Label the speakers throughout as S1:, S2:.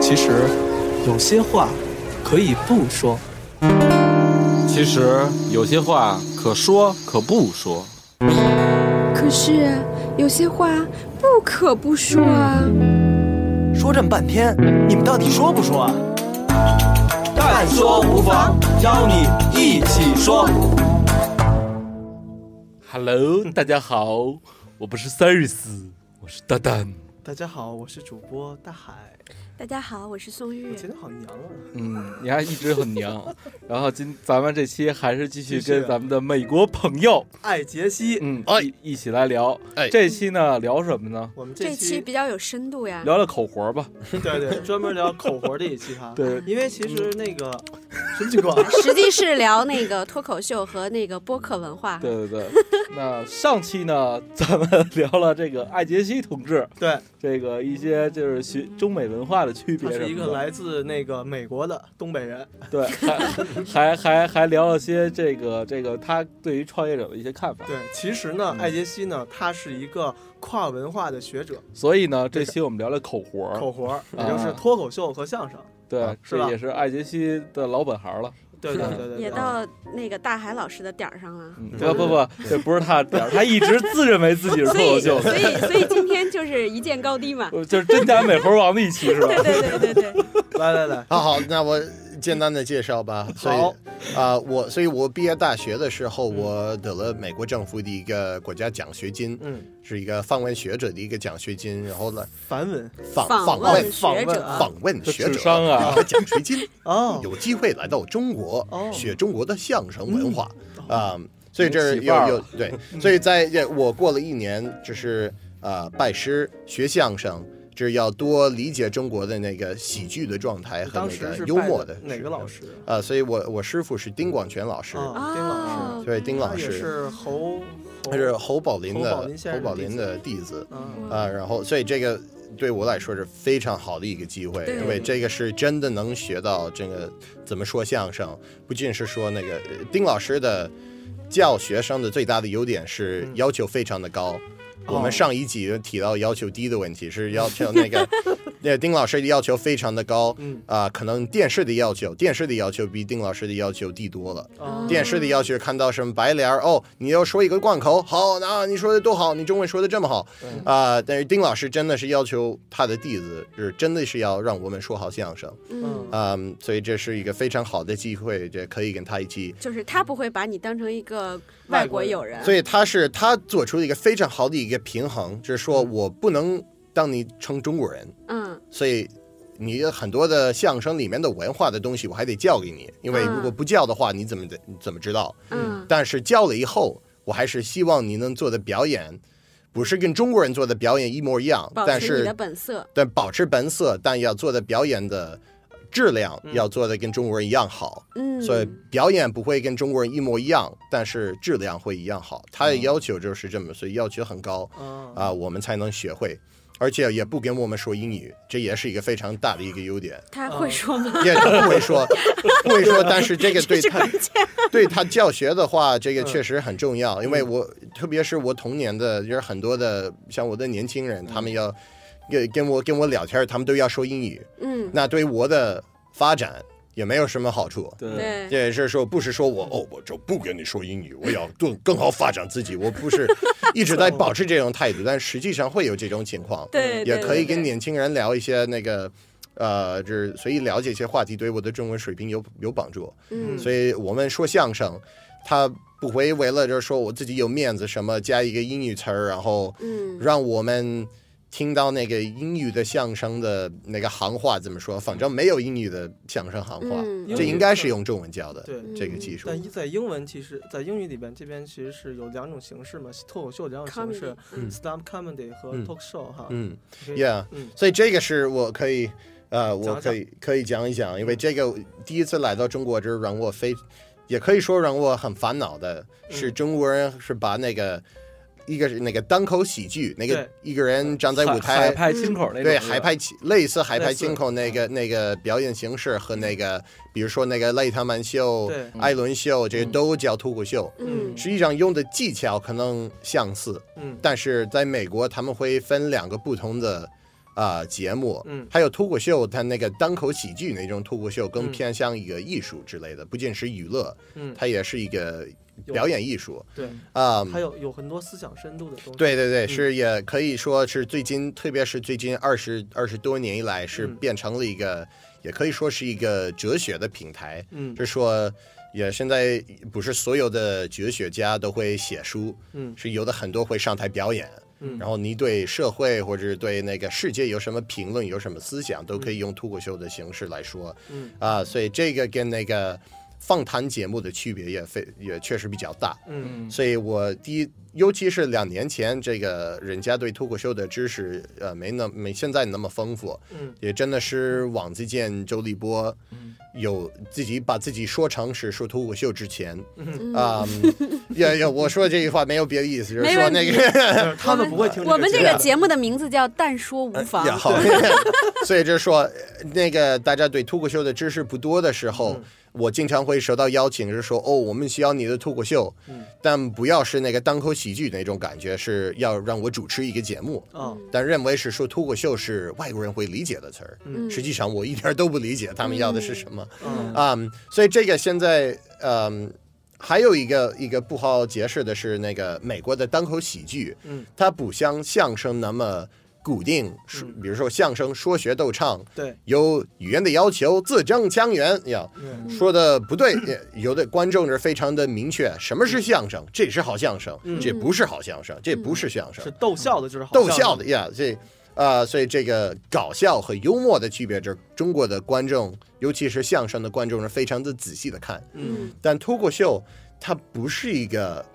S1: 其实有些话可以不说。
S2: 其实有些话可说可不说。
S3: 可是啊有些话不可不说啊。
S4: 说这么半天，你们到底说不说啊？
S5: 但说无妨，邀你一起说。
S6: Hello，大家好，我不是 Siris，我是蛋蛋。
S1: 大家好，我是主播大海。
S3: 大家好，我是宋玉
S1: 我。觉得好娘啊！
S6: 嗯，你还一直很 娘。然后今咱们这期还是继续
S1: 继续
S6: 跟咱们的美国朋友，
S1: 爱杰西，
S6: 嗯，
S7: 哎
S6: 一一起来聊。
S7: 哎
S6: 这期呢聊什么呢？
S1: 我们
S3: 这期
S1: 期
S3: 比较有深度呀。
S6: 聊聊口活 吧。
S1: 对对，专门聊口活这一期哈。
S6: 对
S1: 因为其实那个
S4: 什么情况？
S3: 实际是聊那个脱口秀和那个播客文化。
S6: 对对对。那上期呢， 咱们聊了这个艾杰西同志，
S1: 对，
S6: 这个一些就是学中美文化的区
S1: 他
S6: 别
S1: 是
S6: 什
S1: 一
S6: 么
S1: 个
S6: 的。
S1: 来自那个美国的东北人，
S6: 对，还还还还聊了些这个这个他对于创业者的一些看法。
S1: 对，其实
S7: 嗯
S1: 呢，艾杰西呢，他是一个跨文化的学者，
S6: 所以呢，这期我们聊聊口活。
S7: 啊
S1: 口活儿，也就是脱口秀和相声。
S6: 对，
S1: 是吧
S6: 这也啊是艾杰西的老本行了。嗯
S1: 对对对对，啊
S3: 也
S1: 对
S3: 到那个大海老师的点儿上了。
S6: 嗯，
S1: 对
S6: 不不不，这不是他的点儿，他一直自认为自己是脱
S3: 所
S6: 口
S3: 以，
S6: 秀，
S3: 所以，所以今天就是一见高低嘛。
S6: 呃就是真假美猴王的一期是吧？
S3: 对 对对对对，
S1: 来来 来，
S7: 好啊好，那我简单的介绍吧。所以
S1: 好
S7: 啊、我所以我毕业大学的时候，
S6: 嗯
S7: 我得了美国政府的一个国家奖学金，
S1: 嗯，
S7: 是一个访问学者的一个奖学金，然后呢，
S1: 梵文
S7: 访
S3: 访
S7: 问
S3: 问学者，
S7: 访问学
S6: 这智
S7: 者
S6: 商啊
S7: 一个奖学 金，
S1: 哦，
S7: 有机会来到中国
S1: 哦
S7: 学中国的相声文化啊、所以这儿
S6: 起
S7: 有
S6: 范儿
S7: 有对，所以在这我过了一年，就是呃拜师学相声。就是要多理解中国的那个喜剧的状态和
S1: 当
S7: 那
S1: 时
S7: 个
S1: 是
S7: 幽
S1: 拜
S7: 默
S1: 的
S7: 的
S1: 哪个老师？
S7: 啊，所以我我师傅是丁广泉老师，
S1: 啊，
S3: 啊
S1: 丁老师，
S7: 对丁
S1: 他
S7: 老
S1: 也
S7: 师，
S1: 是侯，
S7: 他是侯宝林
S1: 侯宝
S7: 的
S1: 林先生的
S7: 宝
S1: 弟
S7: 林
S1: 子
S7: 的弟子
S1: 嗯，
S7: 啊，然后所以这个对我来说是非常好的一个机会，
S3: 对
S7: 因为这个是真的能学到这个怎么说相声，不仅是说那个呃丁老师的教学生的最大的优点是要求非常的高。我们上一集提到要求低的问题，是要求那个，那丁老师的要求非常的高，
S1: 嗯
S7: 啊、可能电视的要求，电视的要求比丁老师的要求低多了。
S1: 哦
S7: 电视的要求看到什么白帘儿哦，你要说一个贯口，好，那、你说的多好，你中文说的这么好啊、但是丁老师真的是要求他的弟子，就是真的是要让我们说好相声，
S3: 嗯，
S7: 嗯，所以这是一个非常好的机会，这可以跟他一起。
S3: 就是他不会把你当成一个外国友人。
S7: 所以他是他做出了一个非常好的一个平衡，就是说我不能当你成中国人，
S3: 嗯，
S7: 所以你很多的相声里面的文化的东西，我还得教给你，因为
S3: 嗯
S7: 如果不教的话，你怎么的你怎么知道？
S3: 嗯，
S7: 但是教了以后，我还是希望你能做的表演，不是跟中国人做的表演一模一样，
S3: 保
S7: 但
S3: 持你的
S7: 是
S3: 本色。
S7: 但保持本色，但要做的表演的质量要做的跟中国人一样好。
S3: 嗯，
S7: 所以表演不会跟中国人一模一样，但是质量会一样好。他的要求就是这么，所以要求很高
S1: 嗯
S7: 啊、我们才能学会。而且也不跟我们说英语，这也是一个非常大的一个优点。
S3: 他会说吗？
S7: 也不会说，不会说，但是这个对
S3: 这是
S7: 他
S3: 关键。
S7: 对他教学的话，这个
S1: 嗯
S7: 确实很重要，因为
S3: 嗯
S7: 我特别是我童年的，就是很多的像我的年轻人，他们要跟跟我跟我聊天，他们都要说英语，
S3: 嗯，
S7: 那对我的发展也没有什么好处。
S6: 对，
S3: 对，
S7: 也是说，不是说
S3: 嗯
S7: 我哦，我就不跟你说英语，我要更更好发展自己，我 不是一直在保持这种态度，但实际上会有这种情况。
S3: 对，
S7: 也
S3: 对
S7: 可以
S3: 对对
S7: 跟年轻人聊一些那个，呃，就是随意了解一些话题，对我的中文水平有有帮助。
S3: 嗯
S7: 所以我们说相声，他不会为了就是说我自己有面子什么加一个英语词儿，然后
S3: 嗯
S7: 让我们听到那个英语的相声的那个行话怎么说，反正没有英语的相声行话，
S3: 嗯
S7: 这应该是用中文教的。
S8: 嗯
S1: 对。
S7: 这个技术
S1: 但一在英文，其实，在英语里边，这边其实是有两种形式嘛，脱口秀两种形式
S3: Comedy，
S7: 嗯
S1: ，stand comedy 和
S7: 嗯
S1: talk show 哈。
S7: 嗯
S1: 可以
S7: ，Yeah，
S1: 嗯
S7: 所以这个是我可以，呃，
S1: 讲讲
S7: 我可以可以讲一讲，因为这个第一次来到中国，这让我非，也可以说让我很烦恼的是，
S1: 嗯
S7: 中国人是把那个。一个是那个单口喜剧，那个
S1: 对
S7: 一个人站在舞
S6: 海
S7: 台
S6: 海，派清口那种
S7: 对
S6: 是吧
S7: 海派起类似海派
S1: 类似嗯
S7: 清口那个那个表演形式和那个，比如说那个赖特曼秀
S1: 对、嗯
S7: 艾伦秀，这个都叫脱口秀。
S3: 嗯
S7: 实际上用的技巧可能相似，
S1: 嗯
S7: 但是在美国他们会分两个不同的啊、节目，
S1: 嗯
S7: 还有脱口秀，它那个单口喜剧那种脱口秀更
S1: 嗯
S7: 偏向一个艺术之类的，不仅是娱乐，
S1: 嗯，
S7: 它也是一个表演艺术
S1: 对，嗯
S7: 啊。
S1: 还有有很多思想深度的东西。
S7: 对对对，是也可以说是最近，特别是最近二十二十多年以来，是
S1: 嗯
S7: 变成了一个，也可以说是一个哲学的平台。
S1: 嗯
S7: 就是说，也现在不是所有的哲学家都会写书，
S1: 嗯
S7: 是有的很多会上台表演。
S1: 嗯
S7: 然后你对社会或者是对那个世界有什么评论、有什么思想，都可以用脱口秀的形式来说。
S1: 嗯
S7: 啊，所以这个跟那个访谈节目的区别也非也确实比较大。
S1: 嗯
S7: 所以我第一，尤其是两年前，这个人家对脱口秀的知识，呃，没那没现在那么丰富，
S1: 嗯，
S7: 也真的是王自健、周立波，有自己把自己说成是说脱口秀之前，
S1: 嗯
S7: 啊、 也也我说这句话没有别的意思，就是
S9: 没
S7: 说
S9: 问
S7: 那
S9: 题
S7: 个
S1: 他们不会听
S9: 我们这
S1: 这
S9: 个节目的名字叫“但说无妨
S7: 也好， 所以就是说，呃那个大家对脱口秀的知识不多的时候，我经常会收到邀请，是说哦，我们需要你的脱口秀，但不要是那个单口喜剧那种感觉，是要让我主持一个节目。
S1: 啊，
S7: 但认为是说脱口秀是外国人会理解的词儿，
S1: 嗯
S7: 实际上我一点儿都不理解他们要的是什么。
S1: 嗯
S7: 嗯，所以这个现在，嗯，还有一个一个不好解释的是，那个美国的单口喜剧，
S1: 嗯，
S7: 它不像相声那么固定，是比如说相声说学逗唱，
S1: 嗯对，
S7: 有语言的要求，字正腔圆呀。
S1: 嗯
S7: 说的不 对，也有的观众是非常的明确，什么是相声？这是好相声，
S1: 嗯
S7: 这不是好相声，这不是相声
S1: 是，逗笑的，就是好
S7: 逗
S1: 像
S7: 笑的呀，这啊、呃所以这个搞笑和幽默的区别，就是中国的观众，尤其是相声的观众是非常的仔细的看，
S1: 嗯
S7: 但脱口秀它不是一个。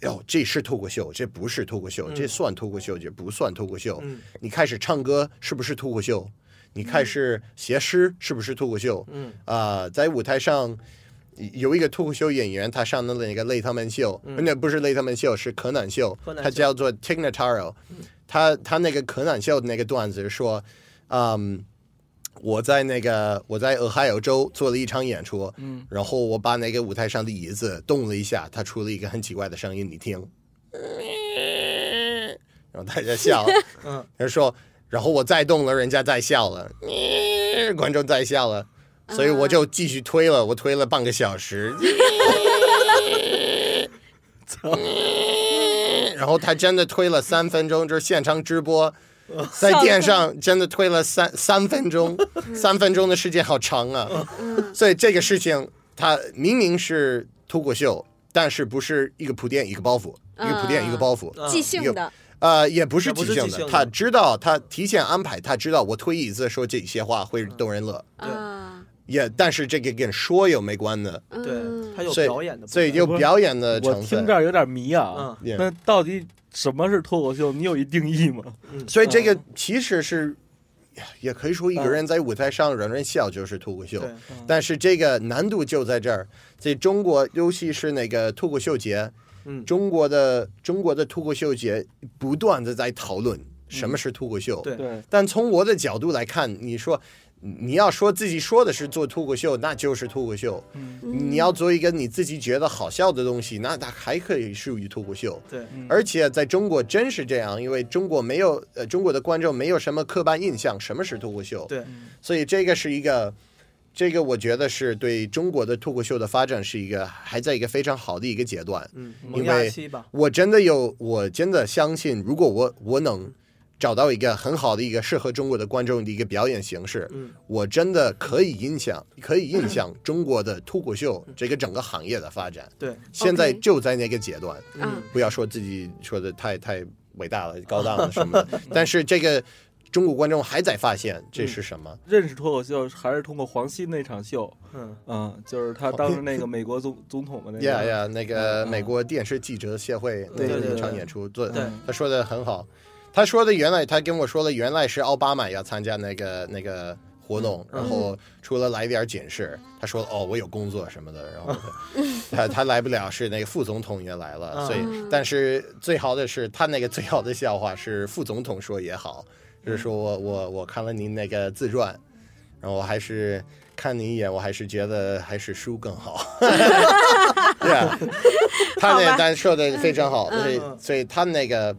S7: 哟，这是脱口秀，这不是脱口秀，
S1: 嗯
S7: 这算脱口秀，这不算脱口秀。
S1: 嗯
S7: 你开始唱歌是不是脱口秀？你开始写诗是不是脱口秀？
S1: 嗯
S7: 啊、在舞台上有一个脱口秀演员，他上的那个类他们秀，那、不是类他们秀，是可南秀，
S1: 柯南嗯秀嗯
S7: 他叫做 t i g n a t a r o 他他那个可南秀的那个段子是说，嗯。我在那个我在俄亥俄州做了一场演出，嗯，然后我把那个舞台上的椅子动了一下，它出了一个很奇怪的声音，你听，然后大家笑，
S1: 嗯，
S7: 他说，然后我再动了，人家再笑了， 观众再笑了，所以我就继续推了，我推了半个小时， 然后他真的推了三分钟，就是现场直播。在电上真的推了三三分钟，三分钟的时间好长啊！所以这个事情，它明明是脱口秀，但是不是一个铺垫一个包袱，一个铺垫一个包袱，
S8: 嗯
S1: 啊
S9: 即兴 的，
S7: 呃，也不是
S1: 也不
S7: 即
S1: 是
S7: 兴
S1: 即兴
S7: 的，
S1: 的
S7: 他知道他提前安排，他知道我推椅子说这些话会逗人乐，
S1: 对
S9: 啊，
S7: 也但是这个跟说有没关的，
S8: 嗯
S1: 对，他有
S7: 所以
S1: 表演的部分，
S7: 嗯所以有
S6: 不是
S7: 表演的
S6: 我
S7: 呃成
S6: 听
S7: 分
S6: 这。儿有点迷啊。
S1: 嗯
S7: 也
S6: 那到底什么是脱口秀？你有一定义吗？
S7: 所以这个
S1: 嗯
S7: 其实是，也可以说一个人在舞台上让人笑就是脱口秀，
S1: 对，
S7: 但是这个难度就在这儿，在中国，尤其是那个脱口秀节，
S1: 嗯
S7: 中国的中国的脱口秀节不断的在讨论什么是脱口秀，
S1: 嗯对
S6: 对，
S7: 但从我的角度来看，你说你要说自己说的是做脱口秀，那就是脱口秀；
S6: 嗯
S1: 嗯
S8: 嗯
S7: 你要做一个你自己觉得好笑的东西，那它还可以属于脱口秀。
S1: 对，
S7: 而且在中国真是这样，因为中国没有呃，中国的观众没有什么刻板印象，什么是脱口秀？
S1: 对，
S7: 所以这个是一个，这个我觉得是对中国的脱口秀的发展是一个还在一个非常好的一个阶段。
S1: 嗯，萌
S7: 因
S1: 芽
S7: 为
S1: 期吧，
S7: 我真的有，我真的相信，如果我我能找到一个很好的一个适合中国的观众的一个表演形式，
S1: 嗯
S7: 我真的可以影响，可以影响中国的脱口秀这个整个行业的发展。
S1: 对，
S7: 现在
S9: OK
S7: 就在那个阶段，
S9: 嗯
S7: 不要说自己说的太太伟大了、高档了什么 的，但是这个中国观众还在发现这是什么。
S6: 认识脱口秀还是通过黄西那场秀，
S1: 嗯
S6: 嗯，就是他当时那个美国总总统的 那
S7: 呀
S6: 个，
S7: 呀，那个
S6: 嗯
S7: 美国电视记者协会那
S1: 对对
S7: 那
S1: 对
S7: 场
S1: 对
S7: 演出，做
S1: 对
S7: 他说的很好。他说的原来他跟我说的原来是奥巴马要参加那个那个活动，
S1: 嗯
S7: 然后除了来点儿解释，他说哦我有工作什么的，然后他他来不了是那个副总统也来了，
S1: 嗯
S7: 所以但是最好的是他那个最好的笑话是副总统说也好，就是说我我我看了您那个自传，然后我还是看你一眼，我还是觉得还是书更好。 对啊，他
S9: 好
S7: 那
S9: 吧
S7: 单说的非常好，所以
S1: 嗯
S7: 所以他那个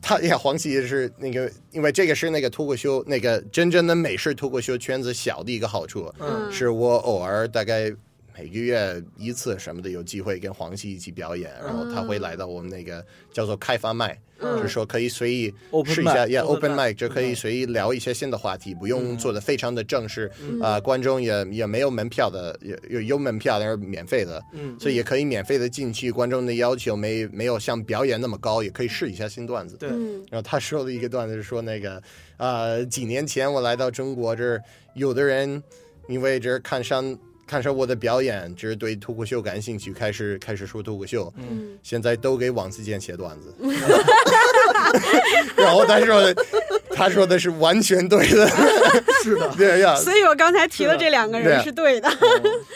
S7: 他演黄喜是那个，因为这个是那个脱口秀那个真正的美式脱口秀圈子小的一个好处，
S1: 嗯
S7: 是我偶尔大概每个月一次什么的有机会跟黄喜一起表演，然后他会来到我们那个叫做开发麦，
S1: 嗯
S7: 就是说可以随意
S6: Open
S7: 试一下
S6: mic，
S7: yeah,
S1: open
S7: open
S1: mic，
S7: mic 就可以随意聊一些新的话题，不用做的非常的正式
S1: 嗯，
S7: 啊、观众也也没有门票的，有有有门票但是免费的，
S1: 嗯，
S7: 所以也可以免费的进去，观众的要求没没有像表演那么高，也可以试一下新段子。
S1: 对，
S3: 嗯
S7: 然后他说的一个段子是说那个，呃，几年前我来到中国这儿，有的人因为这儿看上看上我的表演，就是对脱口秀感兴趣，开始开始说脱口秀，
S3: 嗯，
S7: 现在都给王自健写段子。 然后他说的，他说的是完全对的，
S1: 是的，
S7: 对呀，
S8: 嗯所以我刚才提的这两个
S7: 对
S8: 人
S7: 啊
S8: 是对 的。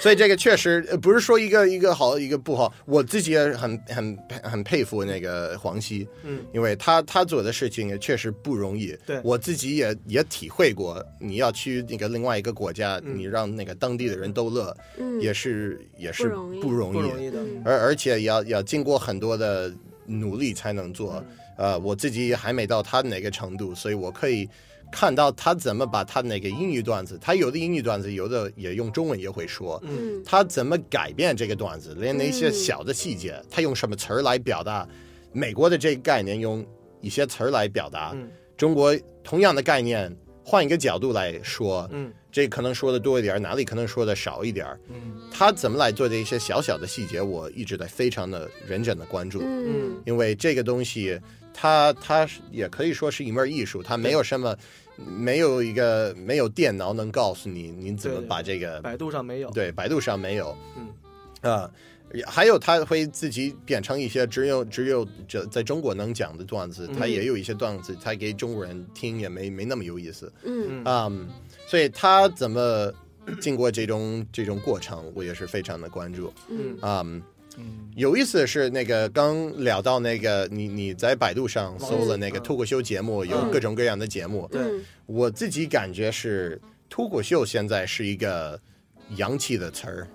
S7: 所以这个确实呃不是说一个一个好一个不好，我自己也很很很佩服那个黄西，
S1: 嗯，
S7: 因为他他做的事情也确实不容易。
S1: 对
S7: 我自己也也体会过，你要去那个另外一个国家，
S1: 嗯
S7: 你让那个当地的人都乐，
S3: 嗯
S7: 也是也是
S3: 不容易
S7: 不容易，
S1: 不容易的，
S3: 嗯
S7: 而而且也要也要经过很多的努力才能做。呃，我自己还没到他那个程度，所以我可以看到他怎么把他那个英语段子，他有的英语段子，有的也用中文也会说。
S1: 嗯
S7: 他怎么改变这个段子，连那些
S3: 嗯
S7: 小的细节，他用什么词儿来表达？美国的这个概念用一些词儿来表达，
S1: 嗯
S7: 中国同样的概念换一个角度来说，
S1: 嗯
S7: 这可能说的多一点儿，哪里可能说的少一点儿。
S6: 嗯
S7: 他怎么来做这一些小小的细节，我一直在非常的认真的关注，
S3: 嗯
S7: 因为这个东西，它它是也可以说是一门艺术，它没有什么，没有一个没有电脑能告诉你你怎么
S1: 对
S7: 把这个
S1: 嗯百度上没有，
S7: 对，百度上没有。
S1: 嗯，
S7: 啊、也还有他会自己变成一些只有只有这在中国能讲的段子，他
S1: 嗯
S7: 也有一些段子，他给中国人听也没没那么有意思。
S3: 嗯
S1: 嗯
S7: 啊，所以他怎么经过这种这种过程，我也是非常的关注。
S1: 嗯
S7: 啊、
S6: 嗯
S7: 有意思的是，那个刚聊到那个你你在百度上搜了那个
S1: 嗯
S7: 脱口秀节目，有
S1: 嗯
S7: 各种各样的节目。
S8: 嗯
S1: 对，
S7: 我自己感觉是脱口秀现在是一个洋气的词儿，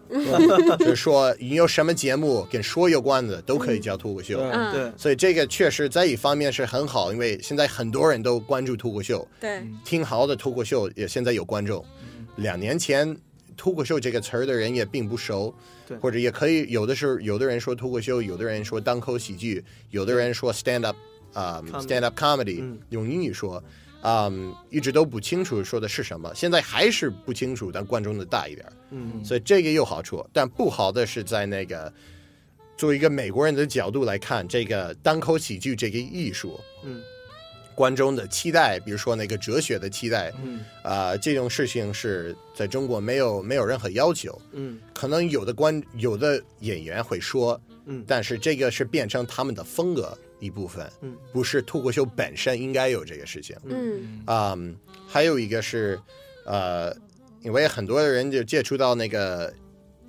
S7: 就是说你有什么节目跟说有关的都可以叫脱口秀。
S6: 对，
S3: 嗯
S1: 对，
S7: 所以这个确实在一方面是很好，因为现在很多人都关注脱口秀，
S8: 对，
S7: 听好的脱口秀也现在有观众。
S1: 嗯
S7: 两年前脱口秀这个词儿的人也并不熟
S1: 对，
S7: 或者也可以有的时候有的人说脱口秀，有的人说单口喜剧，有的人说 stand up 啊、
S1: Comedy
S7: stand up comedy，、
S1: 嗯
S7: 用英语说。啊、一直都不清楚说的是什么，现在还是不清楚，但观众的大一点儿，
S1: 嗯
S7: 所以这个有好处，但不好的是在那个，作为一个美国人的角度来看，这个单口喜剧这个艺术，
S1: 嗯
S7: 观众的期待，比如说那个哲学的期待，
S1: 嗯
S7: 啊、这种事情是在中国没有没有任何要求。
S1: 嗯
S7: 可能有的观有的演员会说，
S1: 嗯
S7: 但是这个是变成他们的风格一部分，
S1: 嗯，
S7: 不是脱口秀本身应该有这个事情。
S3: 嗯
S7: 啊、还有一个是，呃，因为很多人就接触到那个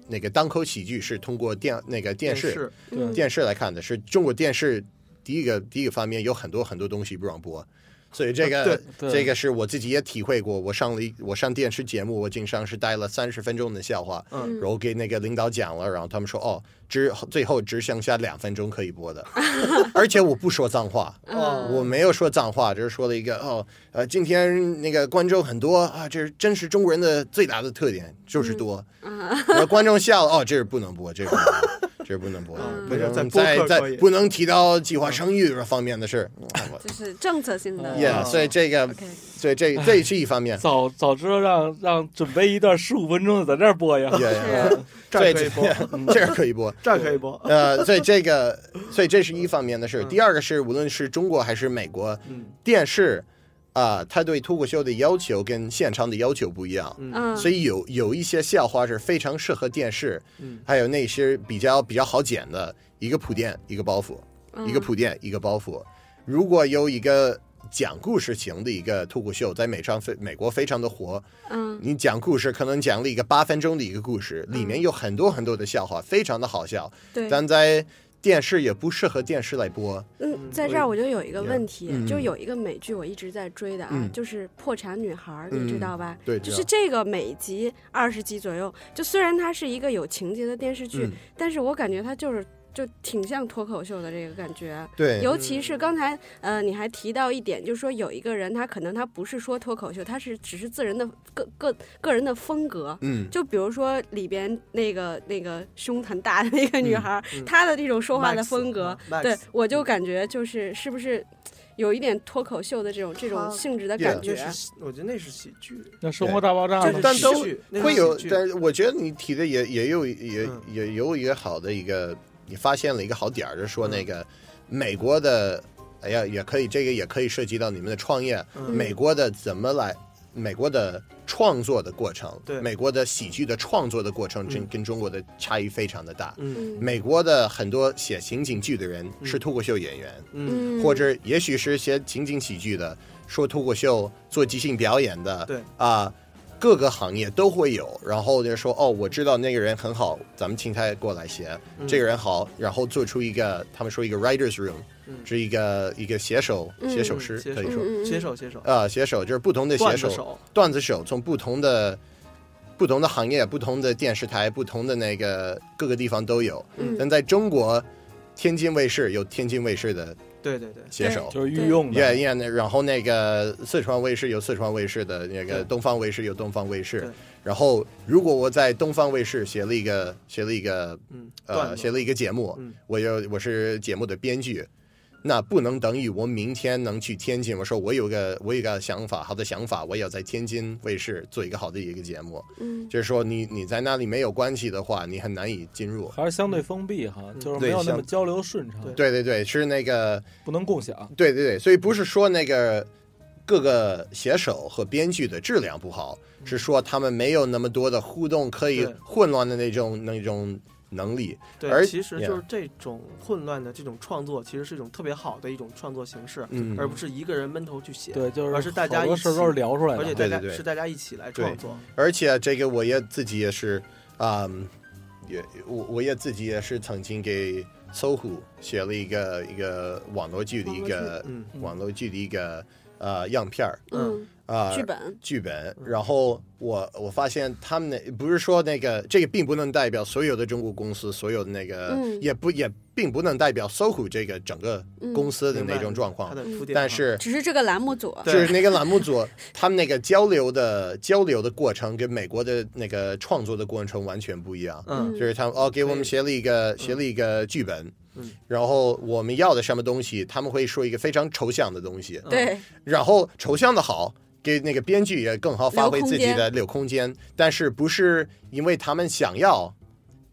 S7: 那个单口喜剧是通过电那个电视
S6: 对
S8: 嗯
S7: 电视来看的，是中国电视第一个第一个方面有很多很多东西不让播，所以这个
S6: 啊对
S7: 这个是我自己也体会过。我上了一我上电视节目，我经常是带了三十分钟的笑话，
S1: 嗯
S7: 然后给那个领导讲了，然后他们说哦，只最后只剩下两分钟可以播的， 而且我不说脏话，
S1: 哦
S7: 我没有说脏话，只是说了一个哦，呃，今天那个观众很多啊，这是真是中国人的最大的特点，就是多。然后观众笑了，哦，这是不能播，这是不能播，这是不能播，不
S1: 没事在
S7: 能
S1: 播
S7: 再
S1: 客
S7: 再
S1: 可以
S7: 不能提到计划生育这方面的事儿。
S8: 就是政策性
S1: 嗯
S8: 的。
S1: 哦
S7: Yeah，所以这个
S8: OK，
S7: 所以这这是一 方 面。
S6: 早早知道让让准备一段十五分钟的在这儿播呀。
S7: Yeah，yeah，
S1: 这
S7: 对
S1: 儿可以播，嗯
S7: 这样可以播。
S1: 这儿可以播，
S7: 呃，所以这个，所以这是一方面的事。第二个是，无论是中国还是美国，
S1: 嗯
S7: 电视啊、它对脱口秀的要求跟现场的要求不一样。
S1: 嗯
S3: 嗯，
S7: 所以有有一些笑话是非常适合电视，
S1: 嗯
S7: 还有那些比较比较好剪的，一个铺垫，一个包袱，
S3: 嗯
S8: 嗯
S7: 一个铺垫，一个包袱。如果有一个讲故事型的一个脱口秀，在美上非美国非常的火，
S3: 嗯
S7: 你讲故事可能讲了一个八分钟的一个故事，里面有很多很多的笑话，非常的好笑，
S3: 对。
S7: 但在电视也不适合电视来播。
S3: 嗯，在这儿我就有一个问题，
S7: 嗯
S3: 就有一个美剧我一直在追的啊，
S7: 嗯
S3: 就是《破产女孩》，
S7: 嗯
S3: 你知道吧？
S7: 对，啊
S3: 就是这个每集二十集左右，就虽然它是一个有情节的电视剧，
S7: 嗯
S3: 但是我感觉它就是
S8: 就挺像脱口秀的这个感觉。
S7: 对，
S8: 尤其是刚才，呃，你还提到一点，就是说有一个人，他可能他不是说脱口秀，他是只是自人的个个个人的风格。
S7: 嗯，
S8: 就比如说里边那个那个胸很大的那个女孩儿，
S1: 嗯嗯
S8: 她的这种说话的风
S7: 啊
S8: 格，
S1: Max，啊
S8: 对
S1: Max
S8: 我
S7: 嗯
S8: 就感觉就是是不是有一点脱口秀的这种这种性质的
S7: Yeah
S8: 感觉
S1: 那是喜我觉得那是喜剧，
S6: 那生活大爆炸
S1: 那
S7: 就是但都
S1: 喜剧嗯那是
S7: 会有
S1: 喜，剧
S7: 但是我觉得你提的也也有也
S1: 嗯
S7: 也有一个好的一个，你发现了一个好点儿，就是说那
S1: 嗯
S7: 个美国的，哎呀，也可以这个也可以涉及到你们的创业，
S1: 嗯
S7: 美国的怎么来，美国的创作的过程，
S1: 对
S7: 美国的喜剧的创作的过程，真
S1: 嗯
S7: 跟中国的差异非常的大。
S1: 嗯
S8: 嗯
S7: 美国的很多写情景剧的人
S1: 嗯
S7: 是脱口秀演员，
S1: 嗯
S8: 嗯，
S7: 或者也许是写情景喜剧的，说脱口秀、做即兴表演的，
S1: 对
S7: 啊、各个行业都会有。然后就说哦，我知道那个人很好，咱们请他过来写、
S1: 嗯
S7: 这个人好，然后做出一个他们说一个 writers room，、
S1: 嗯
S7: 是一个一个写手、
S8: 嗯
S7: 写手师
S1: 写
S7: 可以
S8: 手
S7: 说，
S8: 嗯嗯
S1: 写手写手，
S7: 啊、写手就是不同的写
S1: 段
S7: 手
S1: 子、手，
S7: 段子手，从不同的。不同的行业、不同的电视台、不同的那个各个地方都有，
S8: 嗯
S7: 但在中国，天津卫视有天津卫视的
S1: 对对对，
S7: 写手，
S6: 就是御用
S7: 也
S6: 的，
S7: 也那然后那个四川卫视有四川卫视的那个
S1: 对
S7: 东方卫视有东方卫视
S1: 对，
S7: 然后如果我在东方卫视写了一个写了一个
S1: 嗯，段
S7: 呃
S1: 子
S7: 写了一个节目，
S1: 嗯
S7: 我有我是节目的编剧，那不能等于我明天能去天津，我说我有个我有个想法，好的想法，我要在天津卫视做一个好的一个节目，
S8: 嗯
S7: 就是说你你在那里没有关系的话，你很难以进入。
S6: 还是相对封闭哈，
S1: 嗯
S6: 就是
S7: 对
S6: 没有那
S7: 相
S6: 么交流顺畅，
S1: 对
S7: 对对对，是那个。
S6: 不能共享。
S7: 对对对，所以不是说那个各个写手和编剧的质量不好，是说他们没有那么多的互动，可以
S1: 对
S7: 混乱的那种那种能力。而
S1: 对，其实
S7: 呀
S1: 就是这种混乱的这种创作，其实是一种特别好的一种创作形式，
S7: 嗯
S1: 而不是一个人闷头去写，
S6: 对，就是
S1: 而是大家
S6: 好
S1: 一
S6: 多
S1: 起
S6: 事儿都是聊出来
S1: 而且
S6: 的，
S1: 大家
S7: 对对对
S1: 是大家一起来创作，
S7: 而且这个我也自己也是，嗯，也我我也自己也是曾经给搜狐写了一个一个网络剧的一个
S1: 嗯
S7: 网络剧的一个呃样片儿
S8: 嗯，
S7: 啊、
S8: 剧本
S7: 剧本，
S1: 嗯
S7: 然后我我发现他们那不是说那个这个并不能代表所有的中国公司，所有的那个、
S8: 嗯
S7: 也不也并不能代表搜狐这个整个
S1: 嗯
S7: 公司的那种状
S1: 它
S7: 况，
S1: 的
S8: 嗯
S1: 铺垫，
S7: 但是
S8: 只是这个栏目组，
S1: 对
S7: 就是那个栏 目组他们那个交流的交流的过程跟美国的那个创作的过程完全不一样，
S1: 嗯
S7: 就是他们哦给我
S1: 所
S7: 们
S1: 以
S7: 写了一个、写了一个剧本。
S1: 嗯
S7: 然后我们要的什么东西，他们会说一个非常抽象的东西，
S8: 对，
S7: 然后抽象的好，给那个编剧也更好发挥自己的留空间，但是不是因为他们想要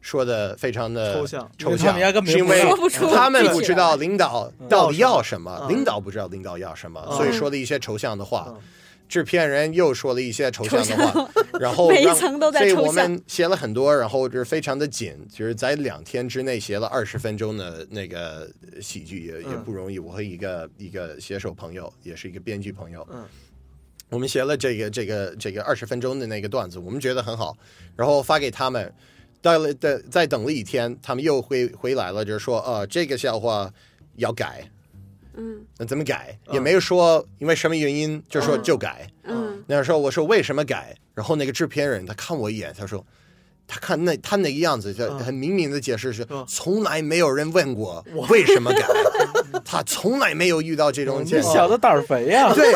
S7: 说的非常
S8: 嗯
S7: 的
S1: 抽象
S7: 抽
S6: 因为他
S7: 象
S6: 们压根，没
S7: 是因为
S8: 说不出
S7: 他们
S8: 具体
S7: 不知道领导到底要什么，
S1: 嗯
S7: 领导不知道领导要什么，
S1: 嗯
S7: 所以说了一些抽象的话
S1: 嗯。
S7: 制片人又说了一些抽象的话，然后
S8: 每一
S7: 让
S8: 层都在
S7: 所以
S8: 抽象
S7: 我们写了很多，然后就是非常的紧，就是在两天之内写了二十分钟的那个喜剧也也
S1: 嗯
S7: 不容易。我和一个一个写手朋友，也是一个编剧朋友，
S1: 嗯，
S7: 我们写了这个这个这个二十分钟的那个段子，我们觉得很好，然后发给他们。到了的再等了一天，他们又回回来了，就是说，呃，这个笑话要改，
S8: 嗯
S7: 那怎么改？
S1: 嗯
S7: 也没有说因为什么原因，就说就改。
S8: 嗯
S7: 那时候我说为什么改，然后那个制片人他看我一眼，他说，他看那他那个样子，他
S1: 嗯
S7: 很明明的解释是，
S1: 嗯
S7: 从来没有人问过为什么改， 他从来没有遇到这
S1: 嗯
S7: 种
S6: 你
S7: 情
S6: 这
S7: 况。
S6: 小子胆儿肥呀！
S7: 对，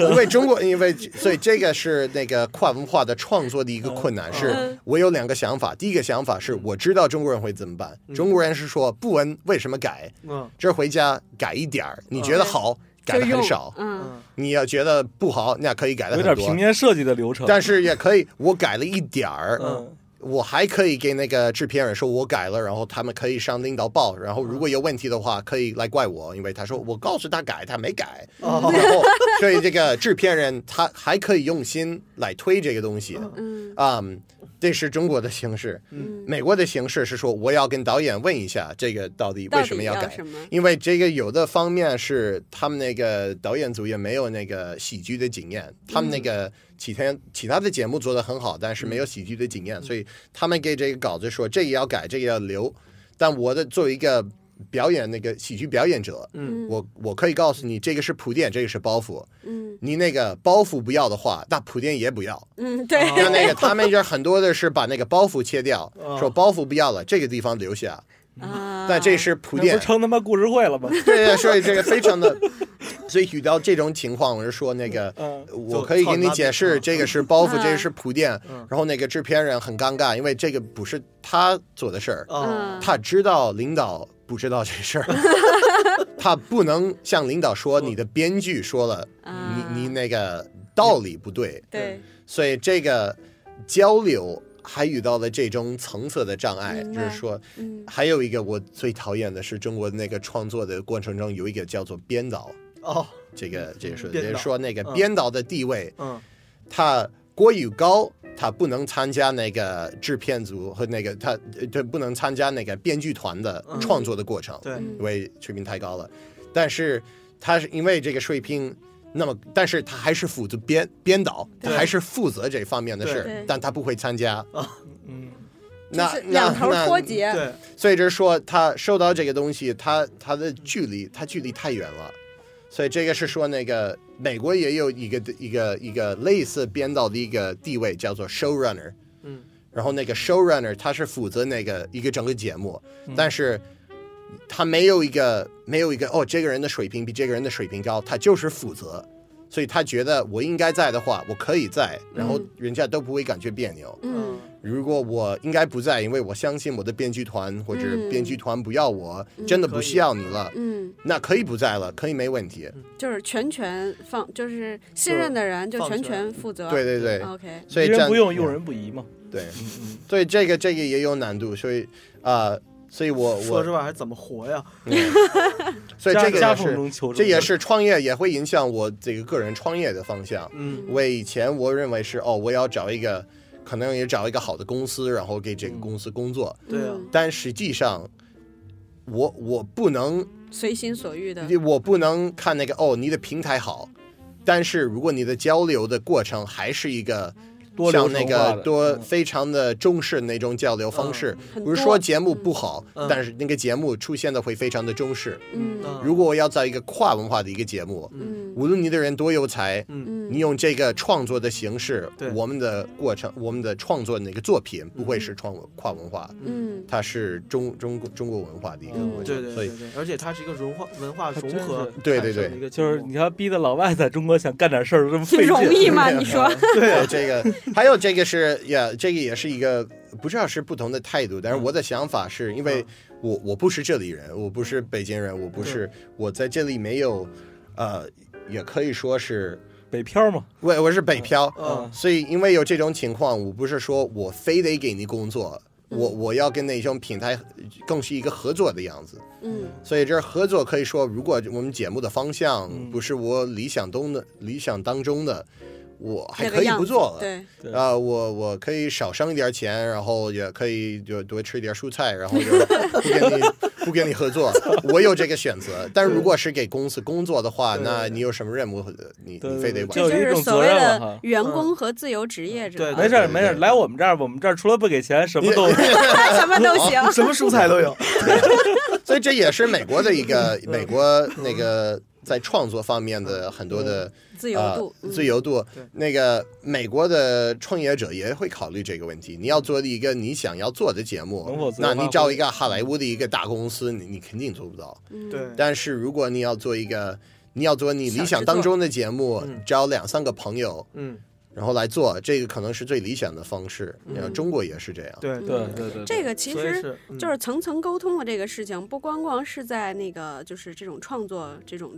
S7: 因 为中国，因为所以这个是那个跨文化的创作的一个困难。
S8: 嗯
S7: 是我有两个想法，第一个想法是我知道中国人会怎么办，
S8: 嗯
S7: 中国人是说不问为什么改，
S1: 嗯
S7: 这回家改一点儿，你觉得好改
S8: 就
S7: 的
S8: 用
S7: 很少，
S8: 嗯
S1: 嗯
S7: 你要觉得不好，那可以改的
S6: 有
S7: 很
S6: 点平
S7: 多。
S6: 面设计的流程。
S7: 但是也可以，我改了一点儿，
S6: 嗯，
S7: 我还可以给那个制片人说我改了，然后他们可以上领导报，然后如果有问题的话可以来怪我，因为他说我告诉他改，他没改，
S1: 哦
S8: 嗯
S7: 然后所以这个制片人他还可以用心来推这个东西，
S8: 嗯
S7: 啊，这是中国的形式，
S8: 嗯，
S7: 美国的形式是说我要跟导演问一下这个到底
S8: 嗯到
S7: 为
S8: 底
S7: 什么要改，
S8: 什么？
S7: 因为这个有的方面是他们那个导演组也没有那个喜剧的经验，他们那
S8: 嗯
S7: 个其他其他的节目做得很好，但是没有喜剧的经
S8: 嗯
S7: 验，所以他们给这个稿子说这个要改，这个要留。但我的作为一个表演那个喜剧表演者，
S1: 嗯
S7: 我我可以告诉你，这个是铺垫，这个是包袱。
S8: 嗯
S7: 你那个包袱不要的话，那铺垫也不要。
S8: 嗯，对，
S7: 哦就那个他们就是很多的是把那个包袱切掉，
S1: 哦
S7: 说包袱不要了，这个地方留下。
S8: 啊，
S7: 但这是铺
S6: 那不
S7: 垫
S6: 是，成他妈故事会 了吗？
S7: 对，所以这个非常的，所以遇到这种情况，我是说那个，
S6: 嗯
S7: 我可以给你解释，
S1: 就
S7: 这个是包袱，
S8: 嗯
S7: 这个是铺垫
S1: 嗯，
S7: 然后那个制片人很尴尬，因为这个不是他做的事儿，
S1: 啊，
S8: 嗯
S7: 他知道领导不知道这事儿，他不能向领导说你的编剧说了，你
S1: 嗯
S8: 啊
S7: 你那个道理不对，
S8: 对
S7: 所以这个交流还遇到了这种层次的障碍，
S8: 明
S7: 就
S8: 白
S7: 是说。
S8: 嗯
S7: 还有一个我最讨厌的是中国那个创作的过程中有一个叫做编导，
S1: 哦，
S7: 这个这个说也
S1: 编导
S7: 就是说那个
S1: 嗯
S7: 编导的地位，
S1: 嗯
S7: 他郭宇高他不能参加那个制片组和那个他呃他不能参加那个编剧团的
S1: 嗯
S7: 创作的过程，
S1: 对
S8: 嗯
S7: 因为水平太高了。但是他是因为这个水平。那么，但是他还是负责编编导，他
S1: 对
S7: 还是负责这方面的事
S8: 对对
S7: 儿，但他不会参加。
S6: 嗯，
S7: 那
S9: 就是
S7: 那
S9: 两头
S7: 那
S9: 脱节。
S1: 对，嗯
S7: 所以就是说，他收到这个东西，他他的距离，他距离太远了。所以这个是说，那个美国也有一个一个一个类似编导的一个地位，叫做 showrunner。
S1: 嗯，
S7: 然后那个 showrunner 他是负责那个一个整个节目，但是他没有一个没有一个哦，这个人的水平比这个人的水平高，他就是负责。所以他觉得我应该在的话，我可以在，然后人家都不会感觉别扭。
S8: 嗯
S7: 如果我应该不在，因为我相信我的编剧团或者
S8: 嗯
S7: 编剧团不要我，真的不需要你了，
S8: 嗯，
S7: 那嗯可以不在了，可以没问题。
S8: 就是全权放，就是信任的人就
S1: 放
S8: 全
S1: 权
S8: 权负责。
S7: 对对对，
S8: OK，
S7: 所以
S6: 疑
S7: 这
S6: 人
S7: 样嗯
S6: 不用，用人不疑嘛。
S7: 对，所以这个这个也有难度，所以啊、呃所以我
S1: 说实
S7: 我，
S1: 话还怎么活呀？
S7: 所以这
S6: 家
S7: 个也
S6: 家风
S7: 是
S6: 中求
S7: 这也是创业也会影响我这个个人创业的方向。
S1: 嗯
S7: 我以前我认为是哦，我要找一个可能也找一个好的公司，然后给这个公司工作，
S1: 对啊
S8: 嗯
S7: 但实际上我我不能
S8: 随心所欲的。
S7: 你我不能看那个哦，你的平台好，但是如果你的交流的过程还是一个
S6: 多流
S7: 像
S6: 程
S7: 那
S6: 化
S7: 个
S6: 的
S7: 多
S6: 嗯
S7: 非常的中式那种交流方式，
S8: 很
S7: 不
S8: 嗯
S7: 是
S8: 多
S7: 说节目不好，
S1: 嗯
S7: 但是那个节目出现的会非常的中式。
S8: 嗯
S1: 嗯
S7: 如果我要在一个跨文化的一个节目，
S8: 嗯
S7: 无论你的人多有才，
S8: 嗯，
S7: 你用这个创作的形式
S1: 对，
S7: 我们的过程，我们的创作那个作品不会是创跨文化，
S8: 嗯
S7: 它是中中国中国文化的一个
S8: 嗯
S7: 过程，
S1: 对对
S7: 所以
S1: 对对，而且它是一个融化文化
S6: 还
S1: 融
S6: 真
S1: 合
S6: 是
S1: 产
S7: 对对
S1: 生的
S7: 对
S1: 一个结
S6: 就
S1: 果，
S6: 是你看，逼得老外在中国想干点事儿都这么费劲，
S9: 容易 吗？你说
S7: 对，这个还有这个是呀，这个也是一个不知道是不同的态度，但
S8: 嗯
S7: 是我的想法是因为我我不是这里人，我不是北京人，我不
S8: 嗯
S7: 是我在这里没有，呃，也可以说是
S6: 北漂嘛，
S7: 我我是北漂，
S1: 嗯
S7: 所以因为有这种情况，我不是说我非得给你工作。
S8: 嗯
S7: 我我要跟那种平台更是一个合作的样子，
S8: 嗯
S7: 所以这合作可以说，如果我们节目的方向
S8: 嗯
S7: 不是我理想中的理想当中的，我还
S8: 那
S7: 可
S8: 个
S7: 以
S8: 样
S7: 不
S8: 子
S7: 做了。
S8: 对，
S6: 对
S7: 啊、我我可以少挣一点钱，然后也可以就多吃一点蔬菜，然后就不跟你不跟你合作，我有这个选择。但如果是给公司工作的话，
S1: 对
S7: 那你有什么任务，你
S6: 对
S7: 你非得
S6: 就
S8: 这就
S6: 有
S7: 完成。
S6: 一
S8: 是
S6: 种
S8: 所
S6: 责
S8: 谓
S6: 任了哈
S8: 的员工和自由职业者。
S1: 对
S6: 没事儿
S7: 对
S6: 没事儿，
S7: 对
S6: 来我们这儿，我们这儿除了不给钱，什么都
S9: 什么都行。
S1: 嗯什么蔬菜都 有，
S7: 所以这也是美国的一个美国那个在创作方面的很多的
S8: 自由度
S7: 啊，
S8: 嗯
S7: 自由度
S1: 对。
S7: 那个美国的创业者也会考虑这个问题。你要做一个你想要做的节
S6: 能
S7: 目
S6: 否，自由发
S7: 那你
S6: 挥
S7: 找一个好莱坞的一个大公司，你你肯定做不到。
S8: 嗯
S1: 对，
S7: 但是如果你要做一个，你要做你理想当中的节目
S1: 嗯，
S7: 找两三个朋友，
S1: 嗯，
S7: 然后来做，这个可能是最理想的方式。然后中国也是这样。
S1: 对
S6: 对对对，
S8: 这个嗯其
S1: 所以
S8: 实
S1: 是嗯
S8: 就是层层沟通的这个事情，不光光是在那个就是这种创作这种，